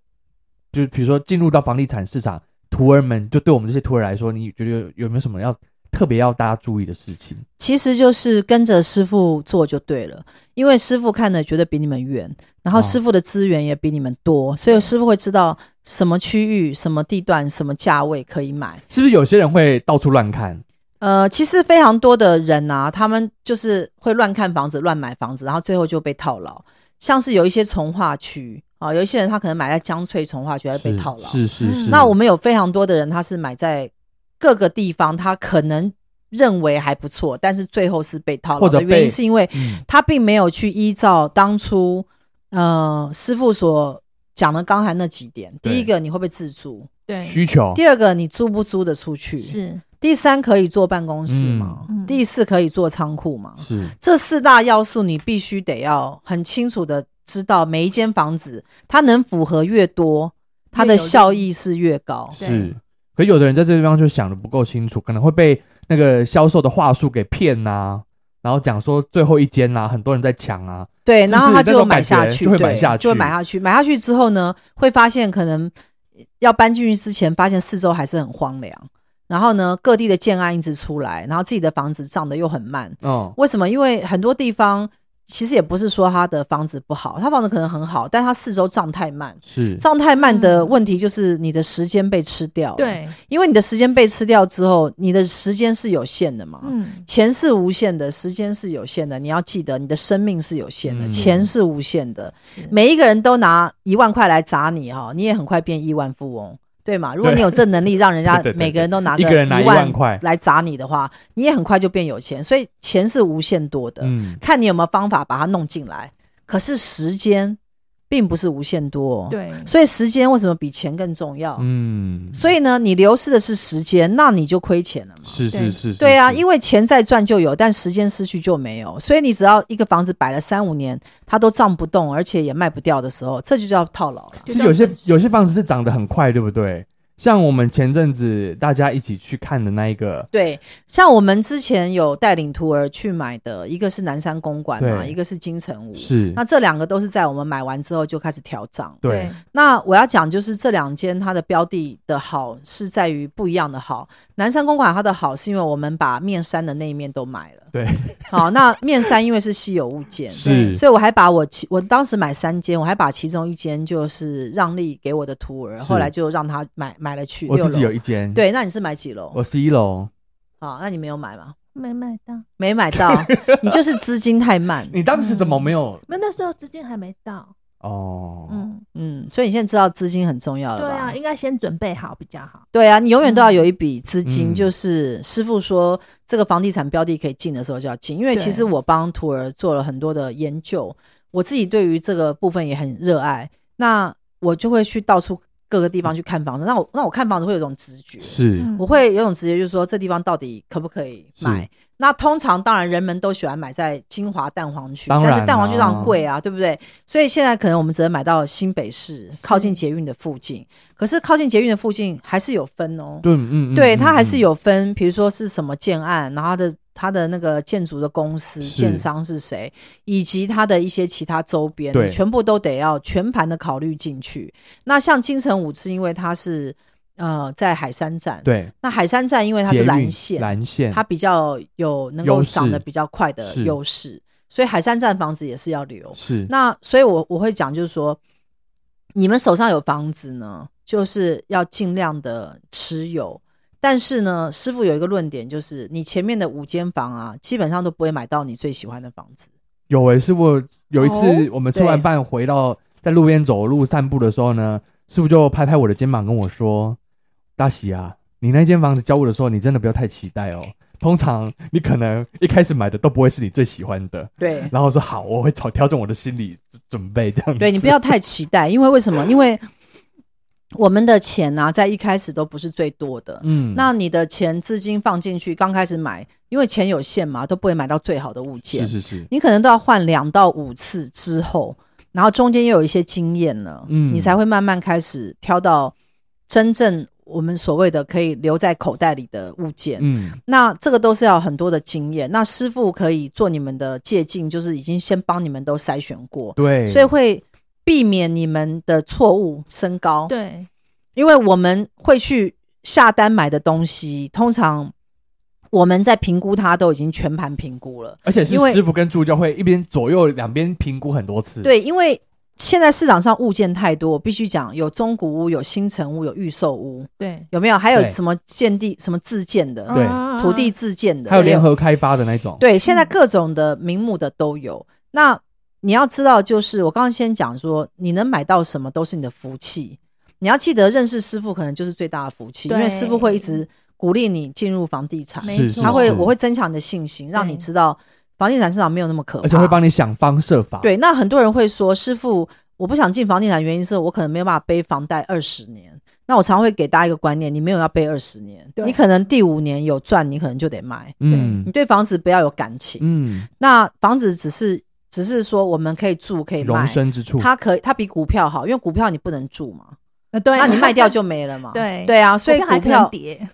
S2: 就比如说进入到房地产市场，徒儿们就对我们这些徒儿来说，你觉得有有没有什么要特别要大家注意的事情？
S1: 其实就是跟着师傅做就对了，因为师傅看的绝对比你们远，然后
S2: 哦
S1: 师傅的资源也比你们多，所以
S3: 对
S1: 师傅会知道什么区域、什么地段、什么价位可以买。
S2: 是不是有些人会到处乱看？
S1: 呃，其实非常多的人啊，他们就是会乱看房子、乱买房子，然后最后就被套牢。像是有一些从化区啊，有一些人他可能买在江翠从化区，他就被套牢。
S2: 是是是。
S3: 嗯
S1: 那我们有非常多的人，他是买在各个地方，他可能认为还不错，但是最后是被套
S2: 或
S1: 牢
S2: 者
S1: 的原因
S2: 被
S1: 是因为
S2: 嗯
S1: 他并没有去依照当初呃师傅所讲的刚才那几点。第一
S2: 对哦
S1: 个，你会不会自住？
S3: 对，
S2: 需求
S1: 第二个，你租不租得出去？。
S3: 是
S1: 第三，可以做办公室吗？
S3: 嗯嗯
S1: 第四，可以做仓库吗？
S2: 是
S1: 这四大要素你必须得要很清楚的知道，每一间房子它能符合越多，它的
S3: 越有利
S1: 效益是越高。
S3: 对
S2: 是。可有的人在这地方就想的不够清楚，可能会被那个销售的话术给骗呐、然后讲说最后一间呐、很多人在抢啊，
S1: 对，
S2: 是
S1: 然后
S2: 不
S1: 他
S2: 是那
S1: 就
S2: 种
S1: 买
S2: 感
S1: 下
S2: 觉
S1: 去，
S2: 就会
S1: 对，
S2: 买下
S1: 就会
S2: 去
S1: 买下去。买下去之后呢，会发现可能要搬进去之前，发现四周还是很荒凉。然后呢，各地的建案一直出来，然后自己的房子涨得又很慢。
S2: 嗯，
S1: 为什么？因为很多地方其实也不是说他的房子不好，他房子可能很好，但他四周涨太慢。
S2: 是
S1: 涨太慢的
S3: 嗯
S1: 问题就是你的时间被吃掉。，
S3: 对，
S1: 因为你的时间被吃掉之后，你的时间是有限的嘛。
S3: 嗯，
S1: 钱是无限的，时间是有限的，你要记得你的生命是有限的，
S2: 嗯
S1: 钱是无限的
S3: 是。
S1: 每一个人都拿一万块来砸你哈，你也很快变亿万富翁，对吗？如果你有这能力，让人家
S2: 对对对
S1: 每个人都拿
S2: 一
S1: 个
S2: 个人拿一万
S1: 万
S2: 块，
S1: 来砸你的话，你也很快就变有钱。所以钱是无限多的，
S2: 嗯，
S1: 看你有没有方法把它弄进来。可是时间并不是无限多、哦，，
S3: 对，
S1: 所以时间为什么比钱更重要？
S2: 嗯，
S1: 所以呢，你流失的是时间，那你就亏钱了嘛。
S2: 是
S3: 对
S2: 是是，
S1: 对啊，
S2: 是
S1: 因为钱再赚就有，但时间失去就没有。所以你只要一个房子摆了三五年，它都涨不动，而且也卖不掉的时候，这就叫套牢了。
S3: 就
S2: 其实
S3: 叫
S2: 有些
S3: 省事
S2: 有些房子是涨得很快，对不对？像我们前阵子大家一起去看的那一个，
S1: 对，像我们之前有带领徒儿去买的，一个是南山公馆嘛，
S2: 对
S1: 一个是金城屋。
S2: 是，
S1: 嗯那这两个都是在我们买完之后就开始调涨。
S2: 对，
S1: 那我要讲就是这两间它的标的的好是在于不一样的好。南山公馆它的好是因为我们把面山的那一面都买了。
S2: 对，
S1: 好，那面山因为是稀有物件，
S2: 是
S1: 所以我还把我其我当时买三间，我还把其中一间就是让利给我的徒儿，
S2: 是
S1: 后来就让他买买了去
S2: 我
S1: 六
S2: 自己有
S1: 楼。
S2: 一间，，
S1: 对，那你是买几楼？
S2: 我十一楼，
S1: 啊，那你没有买吗？
S3: 没买到，
S1: 没买 到，你就是资金太慢。
S2: 你当时怎么没有？
S3: 没那时候资金还没到，
S2: 哦，
S3: 嗯，
S1: 嗯，所以你现在知道资金很重要了
S3: 对
S1: 吧？
S3: 啊，应该先准备好比较好，
S1: 对啊，你永远都要有一笔资金，
S2: 嗯
S1: 就是师傅说这个房地产标的可以进的时候就要进，因为
S3: 对
S1: 其实我帮徒儿做了很多的研究，我自己对于这个部分也很热爱，那我就会去到处各个地方去看房子，那我那我看房子会有种直觉。
S2: 是
S3: 嗯
S1: 我会有种直觉，就是说这地方到底可不可以买
S2: 是？
S1: 那通常当然人们都喜欢买在金华蛋黄区，
S2: 当
S1: 但
S2: 然
S1: 是蛋黄区当然
S2: 啊
S1: 贵啊，对不对？所以现在可能我们只能买到新北市靠近捷运的附近，可是靠近捷运的附近还是有分哦。
S2: 对，嗯，嗯
S1: 对，
S2: 嗯
S1: 它还
S2: 嗯
S1: 是有分，比如说是什么建案，然后它的它的那个建筑的公司、
S2: 是
S1: 建商是谁，以及它的一些其他周边，
S2: 对
S1: 你全部都得要全盘的考虑进去。那像金城武是因为它是呃在海山站，
S2: 对，
S1: 那海山站因为它
S2: 捷
S1: 是
S2: 运
S1: 蓝线，
S2: 蓝线，
S1: 它比较有能够
S2: 优势
S1: 涨得比较快的
S2: 是
S1: 优势，所以海山站房子也是要留。
S2: 是
S1: 那所以我，我会讲，就是说，你们手上有房子呢，就是要尽量的持有。但是呢，师傅有一个论点，就是你前面的五间房啊，基本上都不会买到你最喜欢的房子。
S2: 有诶、师傅有一次
S3: 哦
S2: 我们吃完
S1: 对
S2: 饭回到在路边走路散步的时候呢，师傅就拍拍我的肩膀跟我说：“大喜啊，你那间房子交屋的时候，你真的不要太期待哦。通常你可能一开始买的都不会是你最喜欢的。
S1: 对”，
S2: 然后我说：“好，我会调调整我的心理准备，这样 子。”
S1: 对你不要太期待，因为为什么？因为我们的钱啊，在一开始都不是最多的。
S2: 嗯，
S1: 那你的钱资金放进去，刚开始买，因为钱有限嘛，都不会买到最好的物件。
S2: 是是是，
S1: 你可能都要换两到五次之后，然后中间又有一些经验了，
S2: 嗯
S1: 你才会慢慢开始挑到真正我们所谓的可以留在口袋里的物件。
S2: 嗯，
S1: 那这个都是要很多的经验，那师傅可以做你们的借鉴，就是已经先帮你们都筛选过，
S2: 对，
S1: 所以会避免你们的错误升高。
S3: 对，
S1: 因为我们会去下单买的东西，通常我们在评估它都已经全盘评估了。
S2: 而且是
S1: 因为
S2: 师傅跟助教会一边左右两边评估很多次。，
S1: 对，因为现在市场上物件太多，我必须讲有中古屋、有新城屋、有预售屋，
S3: 对，
S1: 有没有？还有
S2: 对
S1: 什么建地、什么自建的、
S2: 对
S3: 啊
S1: 土地自建的，
S2: 还有联合开发的那种，
S1: 对，现在
S3: 嗯
S1: 各种的名目的都有。那你要知道，就是我刚刚先讲说，你能买到什么都是你的福气。你要记得，认识师傅可能就是最大的福气，因为师傅会一
S3: 对
S1: 直鼓励你进入房地产，
S3: 没
S2: 是
S3: 错
S2: 是，
S1: 他会
S2: 是
S1: 我会增强你的信心，让你
S3: 对
S1: 知道房地产市场没有那么可怕，
S2: 而且会帮你想方设法，，
S1: 啊对，那很多人会说，师傅，我不想进房地产，原因是我可能没有办法背房贷二十年。那我常会给大家一个观念，你没有要背二十年，
S3: 对
S1: 你可能第五年有赚，你可能就得卖。你
S2: 嗯
S1: 对房子不要有感情，
S2: 嗯，
S1: 那房子只是只是说我们可以住可以
S2: 容
S1: 卖，
S2: 身之处，
S1: 它可以它比股票好，因为股票你不能住嘛，
S3: 啊对，
S1: 那你卖 掉就没了嘛。
S3: 对
S1: 对啊，所以
S3: 股还
S1: 股
S3: 可能
S1: 票
S3: 跌，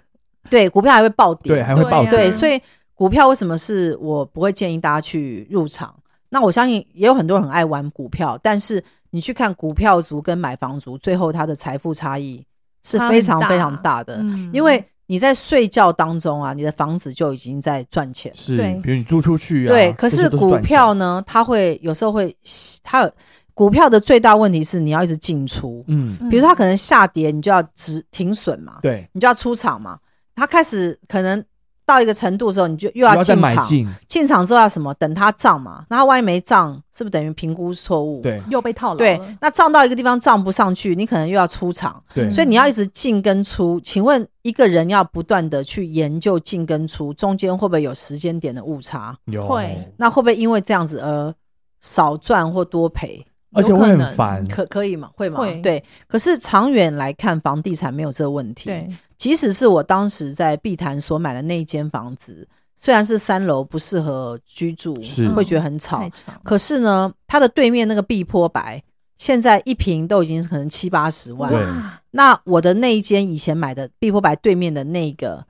S1: 对股票还会暴跌，
S2: 对，还会
S3: 对
S2: 爆
S3: 啊
S1: 对，
S2: 点，
S1: 所以股票为什么是我不会建议大家去入场？那我相信也有很多人很爱玩股票，但是你去看股票族跟买房族，最后他的财富差异是
S3: 差
S1: 非
S3: 很
S1: 常
S3: 大
S1: 非常大的，
S3: 嗯
S1: 呃因为你在睡觉当中啊，你的房子就已经在赚钱。
S2: 是
S3: 对，
S2: 比如你租出去啊，
S1: 对，可
S2: 这
S1: 是
S2: 些都是
S1: 股
S2: 赚钱
S1: 票，呢，它会有时候会，它有股票的最大问题是你要一直进出，
S2: 嗯，
S1: 比如说它可能下跌，你就要止停损嘛，
S2: 对，
S1: 你就要出场嘛。它开始可能到一个程度的时候，你就又要
S2: 不再
S1: 进
S2: 买
S1: 场，
S2: 进，
S1: 进场之后要什么？等它涨嘛。那它万一没涨，是不是等于评估错误？
S2: 对
S3: 嗯又被套牢
S1: 对
S3: 了，
S1: 那涨到一个地方涨不上去，你可能又要出场，
S2: 对，
S1: 所以
S3: 嗯
S1: 你要一直进跟出。请问一个人要不断的去研究进跟出，中间会不会有时间点的误差？
S2: 有
S3: 会
S1: 那会不会因为这样子而少赚或多赔？
S2: 而且
S3: 有
S2: 会
S3: 可
S2: 很
S3: 能
S2: 烦，
S1: 可可以吗？会吗？
S3: 会
S1: 对。可是长远来看，房地产没有这个问题。
S3: 对，
S1: 即使是我当时在碧潭所买的那一间房子，虽然是三楼不适合居住，
S2: 是
S1: 会觉得很吵
S3: 太，长了，
S1: 可是呢，它的对面那个碧波白，现在一平都已经可能七八十万。
S2: 对
S3: 哇啊
S1: 那我的那一间以前买的碧波白对面的那个，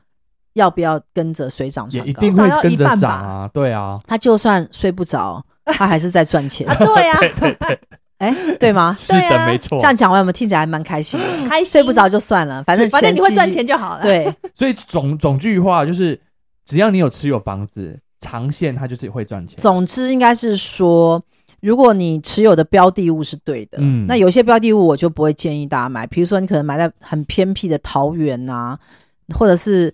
S1: 要不要跟着水涨
S2: 也
S1: 船
S2: 一
S1: 高
S2: 定？
S3: 少
S2: 会
S3: 要
S2: 跟
S3: 一
S2: 着
S3: 半
S2: 涨
S3: 吧
S2: 啊，对啊，
S1: 他就算睡不着，他还是在赚钱
S3: 啊，。对呀，
S1: 哎、对吗？
S2: 是
S3: 对
S2: 的，
S3: 啊
S2: 没错
S1: 这。样讲完，我们听起来还蛮开心的。
S3: 开心
S1: 睡不着，就算了，反正
S3: 反正你会
S1: 期
S3: 赚钱。就好了，，
S1: 对，
S2: 所以总总句话就是，只要你有持有房子，长线它就是会赚钱。
S1: 总之应该是说，如果你持有的标的物是对的，
S2: 嗯
S1: 那有些标的物我就不会建议大家买，比如说你可能买在很偏僻的桃园呐、或者是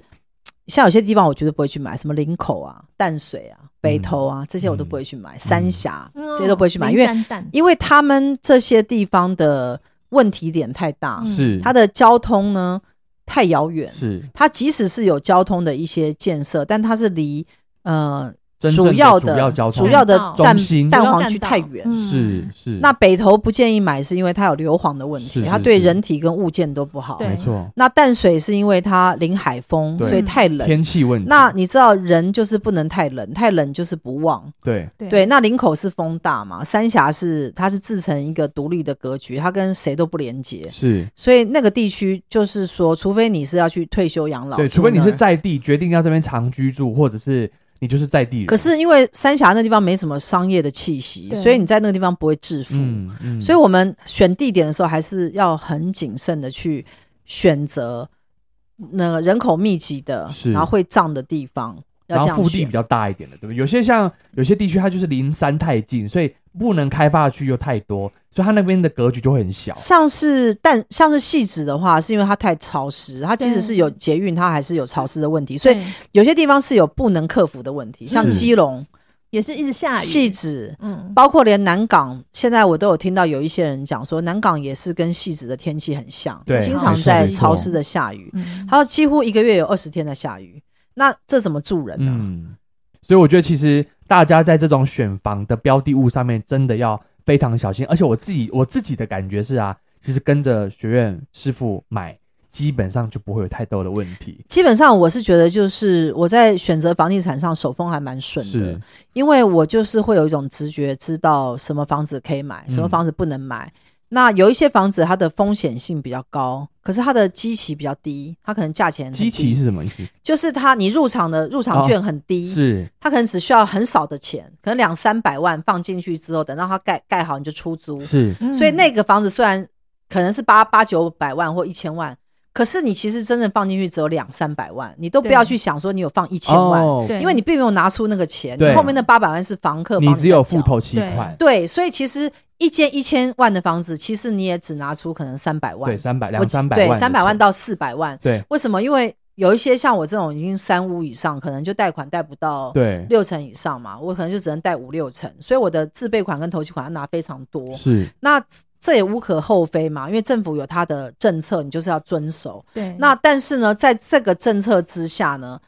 S1: 像有些地方我绝对不会去买，什么林口啊、淡水啊、
S2: 嗯
S1: 北投啊、这些我都不会去买，三峡、啊
S3: 嗯
S1: 这些都不会去买，因为
S3: 为
S1: 因为他们这些地方的问题点太大，
S3: 嗯
S2: 是
S1: 它的交通呢太遥远。
S2: 是
S1: 它即使是有交通的一些建设，但它是离呃
S2: 真
S1: 主
S2: 正的
S1: 要
S2: 主
S1: 的
S2: 要交通
S1: 主要的
S3: 中
S1: 蛋
S2: 心嗯
S1: 蛋黄区太远。
S2: 是是
S1: 嗯那北投不建议买，是因为它有硫磺的问题，
S2: 是是
S1: 它对人体跟物件都不好。
S3: 对
S2: 没错，
S1: 那淡水是因为它临海风，
S2: 对
S1: 所以太冷。
S2: 天气问题。
S1: 那你知道人就是不能太冷，太冷就是不旺。
S2: 对
S1: 对，，那林口是风大嘛，三峡是它是自成一个独立的格局，它跟谁都不连接，
S2: 是
S1: 所以那个地区就是说，除非你是要去退休养老，
S2: 对，除非你是
S1: 在。
S2: 在地决定要这边长居住，或者是你就是在地人。
S1: 可是因为三峡那地方没什么商业的气息，
S3: 对
S1: 所以你在那个地方不会致富。
S2: 嗯嗯，
S1: 所以我们选地点的时候，还是要很谨慎的去选择那个人口密集的，
S2: 是
S1: 然后会涨的地方，要
S2: 然
S1: 这样
S2: 后腹地比
S1: 选。
S2: 较大一点的，对不对？有些像有些地区它就是离山太近，所以不能开发的区又太多，所以它那边的格局就会很小。
S1: 像是但像是细致的话，是因为它太潮湿，它即使
S3: 对
S1: 是有捷运，它还是有潮湿的问题，所以
S3: 对
S1: 有些地方是有不能克服的问题，像
S2: 是
S1: 基隆、
S3: 也是一直下雨，
S1: 细致。
S3: 嗯，
S1: 包括连南港，现在我都有听到有一些人讲说，南港也是跟戏子的天气很像，
S2: 对
S1: 经常
S3: 没错
S1: 在
S3: 没错
S1: 潮湿的下雨，
S3: 嗯
S1: 还有几乎一个月有二十天的下雨，那这怎么住人呢、
S2: 嗯，所以我觉得其实大家在这种选房的标的物上面，真的要非常小心。而且我自己我自己的感觉是啊，其实跟着学院师傅买，基本上就不会有太多的问题。
S1: 基本上我是觉得，就是我在选择房地产上手风还蛮顺的
S2: 是，，
S1: 因为我就是会有一种直觉，知道什么房子可以买，什么
S2: 嗯
S1: 房子不能买。那有一些房子它的风险性比较高，可是它的基期比较低，它可能价钱很
S2: 基期
S1: 低
S2: 是什么意思？
S1: 就是它你入场的入场
S2: 哦
S1: 券很低，
S2: 是
S1: 他可能只需要很少的钱，可能两三百万放进去之后，等到他盖盖好你就出租。
S2: 是，
S3: 嗯
S1: 所以那个房子虽然可能是八八九百万或一千万，可是你其实真正放进去只有两三百万，你都不
S3: 对
S1: 要去想说你有放一千万，
S2: 哦
S3: 对
S1: 因为你并没有拿出那个钱，
S2: 对
S1: 你后面那八百万是房客帮
S2: 你
S1: 你
S2: 只有
S1: 在缴
S2: 付头期
S3: 对
S2: 款，
S1: 对，所以其实一间一千万的房子，其实你也只拿出可能三百万，
S2: 对，三百
S1: 我
S2: 两三百万
S1: 对
S2: 就，
S1: 三百万
S2: 是
S1: 到四百万。
S2: 对
S1: 为什么？因为有一些像我这种已经三屋以上，可能就贷款贷不到
S2: 对
S1: 六成以上嘛，我可能就只能贷五六成，所以我的自备款跟头期款要拿非常多。
S2: 是
S1: 那这这也无可厚非嘛，因为政府有它的政策，你就是要遵守。
S3: 对，
S1: 那但是呢，在这个政策之下呢，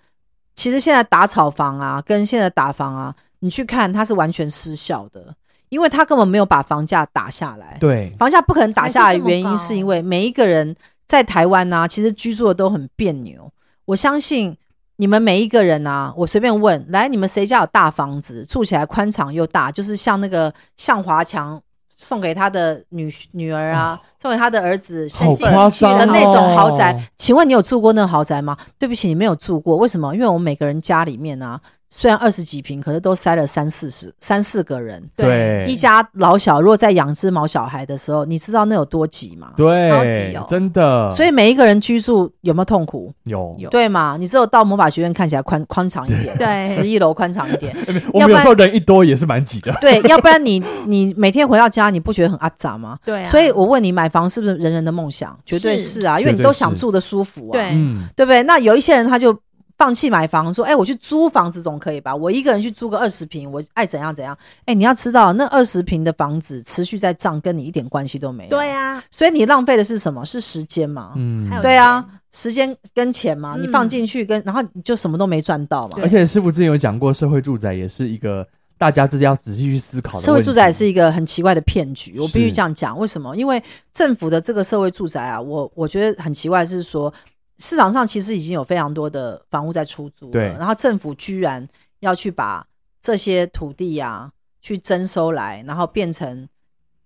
S1: 其实现在打炒房啊，跟现在打房啊，你去看它是完全失效的，因为它根本没有把房价打下来。
S2: 对
S1: 房价不可能打下来，
S3: 还是这么
S1: 原因是因为每一个人在台湾呢、其实居住的都很别扭。我相信你们每一个人啊，我随便问，来，你们谁家有大房子，住起来宽敞又大，就是像那个向华强送给他的女女儿啊，送给他的儿子
S2: 好
S1: 身份
S2: 夸张
S1: 的那种豪宅。
S2: 哦
S1: 请问你有住过那个豪宅吗？对不起，你没有住过，为什么？因为我们每个人家里面啊，虽然二十几平，可是都塞了三四十、三四个人。
S2: 对
S1: 一家老小，如果在养只毛小孩的时候，你知道那有多挤吗？
S3: 好
S2: 对
S3: 挤哦，
S2: 真的，
S1: 所以每一个人居住有没有痛苦？
S2: 有
S3: 有
S1: 对嘛？你只有到魔法学院看起来宽宽敞一点，
S3: 对
S1: 十一楼宽敞一点，
S2: 我
S1: 要不
S2: 们有
S1: 然
S2: 时候人一多也是蛮挤的，
S1: 对，要不然你你每天回到家，你不觉得很阿杂吗？
S3: 对啊，
S1: 所以我问你，买房是不是人人的梦想？绝对
S3: 是
S1: 是啊，因为你
S2: 绝对
S1: 都想
S2: 是
S1: 住的舒服啊，
S3: 对
S2: 嗯，
S1: 对不对？那有一些人他就放弃买房，说：“哎、我去租房子总可以吧？我一个人去租个二十平，我爱怎样怎样。哎，你要知道，那二十平的房子持续在涨，跟你一点关系都没有。
S3: 对啊，
S1: 所以你浪费的是什么？是时间嘛？
S2: 嗯
S3: 还有
S1: 对啊
S3: 钱，
S1: 时间跟钱嘛，
S3: 嗯
S1: 你放进去跟，然后你就什么都没赚到嘛
S3: 对。
S2: 而且师傅之前有讲过，社会住宅也是一个大家自己要仔细去思考的问题。
S1: 社会住宅是一个很奇怪的骗局，我必须
S2: 是
S1: 这样讲。为什么？因为政府的这个社会住宅啊，我我觉得很奇怪，是说市场上其实已经有非常多的房屋在出租
S2: 对
S1: 了，然后政府居然要去把这些土地啊去征收来，然后变成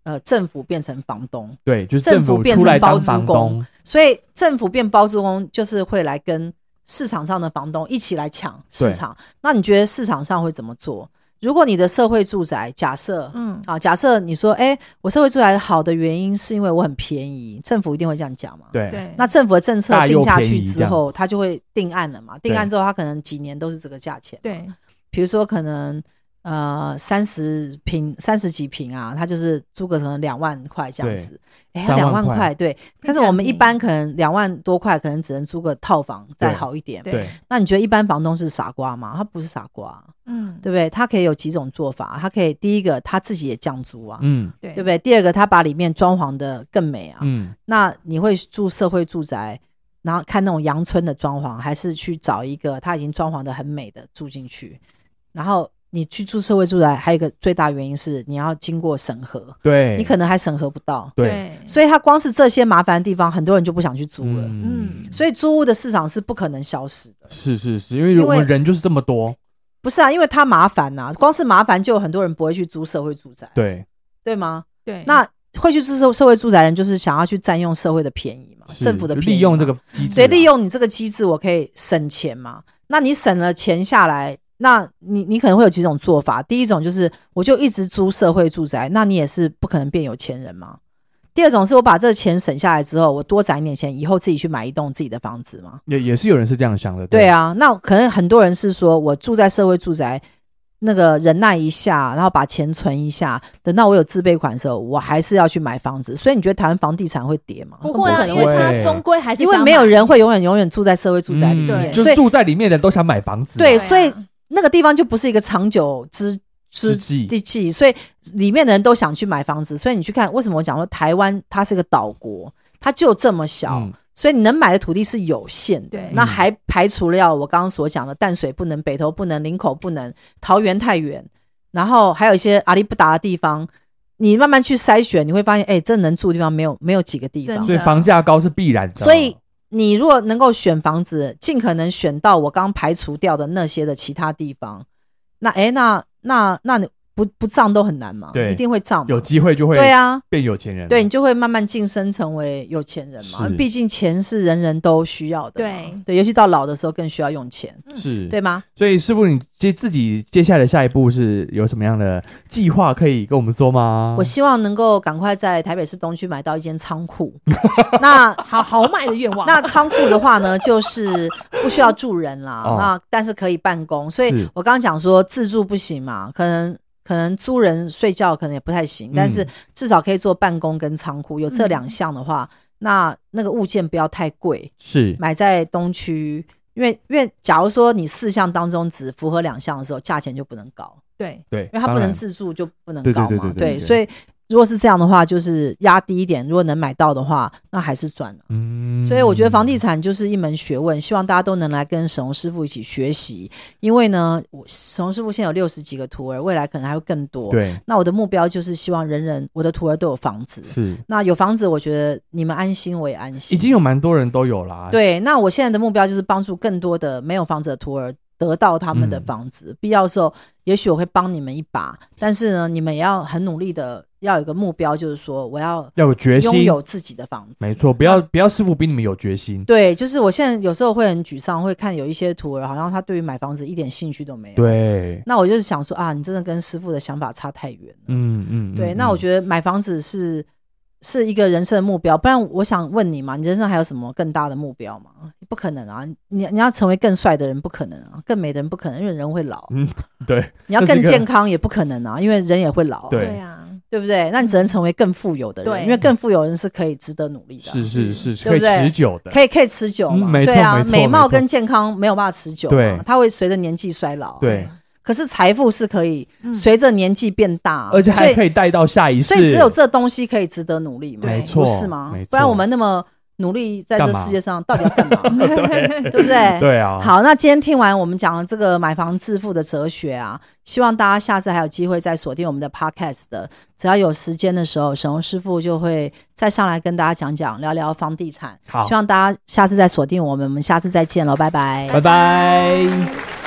S1: 呃政府变成房东，
S2: 对，就是
S1: 政
S2: 政
S1: 府
S2: 府
S1: 变
S2: 出
S1: 成
S2: 来
S1: 包
S2: 当
S1: 租
S2: 房
S1: 公
S2: 东，
S1: 所以政府变包租公就是会来跟市场上的房东一起来抢市
S2: 对
S1: 场。那你觉得市场上会怎么做？如果你的社会住宅假设，
S3: 嗯，
S1: 啊，假设你说，哎、我社会住宅好的原因是因为我很便宜，政府一定会这样讲嘛？。
S2: 对
S3: 对，
S1: 那政府的政策
S2: 大
S1: 定
S2: 又
S1: 下
S2: 便
S1: 去
S2: 宜这
S1: 之
S2: 样
S1: 后，它就会定案了嘛？定案
S2: 对
S1: 之后，它可能几年都是这个价钱。，
S3: 对
S1: 比如说可能呃三十平、三十几平啊，它就是租个可能两万块这样
S2: 对
S1: 子。哎，
S2: 3
S1: 两万
S2: 万块
S1: 块，对。但是
S3: 起来
S1: 我们
S3: 很
S1: 一
S3: 便宜
S1: 般可能两万多块，可能只能租个套房再
S2: 对
S1: 好一点。
S2: 对，
S1: 那你觉得一般房东是傻瓜吗？他不是傻瓜，
S3: 嗯，
S1: 对不对？他可以有几种做法，他可以第一个他自己也降租啊，
S2: 嗯
S3: 对
S1: 对不？对？第二个，他把里面装潢的更美啊。
S2: 嗯，
S1: 那你会住社会住宅，然后看那种阳春的装潢，还是去找一个他已经装潢的很美的住进去？然后你去住社会住宅，还有一个最大原因是你要经过审核，
S2: 对，
S1: 你可能还审核不到，
S2: 对，
S1: 所以他光是这些麻烦的地方，很多人就不想去租了。
S2: 嗯
S3: 嗯，
S1: 所以租屋的市场是不可能消失的，
S2: 是是是，因为我
S1: 因为
S2: 们人就是这么多，
S1: 不是啊？因为它麻烦呐、光是麻烦就有很多人不会去租社会住宅，
S2: 对，
S1: 对吗？
S3: 对，
S1: 那会去支持社会住宅人，就是想要去占用社会的便宜嘛，
S2: 是
S1: 政府的
S2: 就
S1: 便宜嘛
S2: 利用这，个机制啊，
S1: 所以利用你这个机制，我可以省钱嘛。那你省了钱下来，那你你可能会有几种做法。第一种就是我就一直租社会住宅，那你也是不可能变有钱人嘛。第二种是我把这钱省下来之后，我多攒一点钱，以后自己去买一栋自己的房子嘛。
S2: 也也是有人是这样想的，
S1: 对，啊，那可能很多人是说我住在社会住宅，那个忍耐一下，然后把钱存一下，等到我有自备款的时候，我还是要去买房子。所以你觉得台湾房地产会跌吗？
S3: 不会
S1: 哦可
S3: 啊，
S1: 能
S3: 因为
S1: 会
S3: 它
S2: 会
S3: 终归还是
S1: 因为
S3: 想
S1: 没有
S3: 买
S1: 人会永远永远住在社会住宅里
S2: 嗯
S1: 面，
S2: 就
S1: 所
S2: 是
S1: 以
S2: 住在里面的人都想买房子嘛，
S1: 对
S3: 啊
S1: 所以那个地方就不是一个长久之
S2: 之
S1: 之
S2: 际，
S1: 地契，所以里面的人都想去买房子。所以你去看，为什么我讲说台湾它是个岛国，它就这么小。
S2: 嗯，
S1: 所以你能买的土地是有限的
S3: 对，
S1: 那还排除了要我刚刚所讲的淡水不能、北投不能、林口不能、桃园太远，然后还有一些阿里不达的地方，你慢慢去筛选，你会发现，哎、真能住的地方没有没有几个地
S3: 真
S1: 方
S2: 所。以
S3: 的
S2: 房价高是必然的，
S1: 所以你如果能够选房子，尽可能选到我刚排除掉的那些的其他地方，那哎、那那那你不不涨都很难嘛，
S2: 对
S1: 一定会涨嘛，
S2: 有机会就会
S1: 对啊，
S2: 变有钱人，
S1: 对你就会慢慢晋升成为有钱人嘛
S2: 是。
S1: 毕竟钱是人人都需要的嘛，
S3: 对
S1: 对，尤其到老的时候更需要用钱，
S2: 是，啊
S1: 对吗？
S2: 所以师傅，你接自己接下来的下一步是有什么样的计划可以跟我们说吗？
S1: 我希望能够赶快在台北市东区买到一间仓 库。那
S3: 啊好豪迈的愿望。
S1: 那仓库的话 呢，就是不需要住人啦，
S2: 哦
S1: 那但是可以办公，所以
S2: 是
S1: 我刚刚讲说自住不行嘛，可能。可能租人睡觉可能也不太行，但是
S2: 嗯
S1: 至少可以做办公跟仓库，有这两
S3: 嗯
S1: 项的话，那那个物件不要太贵，
S2: 是
S1: 买在东区。因为，因为假如说你四项当中只符合两项的时候，价钱就不能高。
S3: 对，
S2: 对，
S1: 因为它不
S2: 当
S1: 能
S2: 然
S1: 自住就不能
S2: 对对
S1: 高
S2: 对
S1: 嘛，
S2: 对对对
S1: 所以如果是这样的话，就是压低一点，如果能买到的话，那还是赚了。
S2: 嗯
S1: 所以我觉得房地产就是一门学问，希望大家都能来跟沈宏师傅一起学习，因为呢，我沈宏师傅现在有六十几个徒儿，未来可能还会更多。
S2: 对
S1: 那我的目标就是希望人人我的徒儿都有房子。
S2: 是
S1: 那有房子，我觉得你们安心，我也安
S2: 已
S1: 心。
S2: 经有蛮多人都有啦，，
S1: 对，那我现在的目标就是帮助更多的没有房子的徒儿得到他们的
S2: 嗯
S1: 房子。必要的时候，也许我会帮你们一把，但是呢，你们也要很努力的，要有一个目标，就是说我要
S2: 要有决
S1: 拥
S2: 心，
S1: 有自己的房子。
S2: 没错，不要不要师傅比你们有决心，
S1: 对，就是我现在有时候会很沮丧，会看有一些徒儿，好像他对于买房子一点兴趣都没有。，
S2: 对，
S1: 那我就是想说啊，你真的跟师傅的想法差太远了。
S2: 嗯嗯，
S1: 对，那我
S2: 得
S1: 觉得买房子是是一个人生的目标，不然我想问你嘛，你人生还有什么更大的目标吗？不可能啊！你你要成为更帅的人，不可能啊；更美的人不可能，因为人会老；啊
S2: 对
S1: 你要
S2: 嗯这是
S1: 更
S2: 一个
S1: 健康也不可能啊，因为人也会老啊，
S2: 对
S3: 啊，
S1: 对不对？那你只能成为更富有的人，
S3: 对
S1: 因为更富有的人是可以值得努力的啊，
S2: 是是是是
S1: 对
S2: 可以
S1: 不对
S2: 持久的，
S1: 可以可以持久嘛？
S2: 嗯没错
S1: 对啊
S2: 没，错
S1: 美
S2: 没
S1: 貌
S2: 错
S1: 跟健康没有办法持久嘛，
S2: 对
S1: 它会随着年纪衰老啊。
S2: 对，
S1: 可是财富是可以
S3: 嗯
S1: 随着年纪变大啊，
S2: 而且
S1: 所
S2: 还
S1: 以
S2: 可以带到下一世，
S1: 所以只有这东西可以值得努力嘛，
S2: 没
S3: 对
S2: 错，
S1: 不是吗
S2: 没？错
S1: 不然我们那么努力在这
S2: 干嘛
S1: 世界上，到底要干 嘛？
S3: 对，
S1: 对不对？
S2: 对啊，，
S1: 好，那今天听完我们讲了这个买房致富的哲学啊，希望大家下次还有机会再锁定我们的 podcast 的。只要有时间的时候，沈宏师傅就会再上来跟大家讲讲聊聊房地产。
S2: 好
S1: 希望大家下次再锁定我们，我们下次再见喽，拜拜。
S2: 拜拜。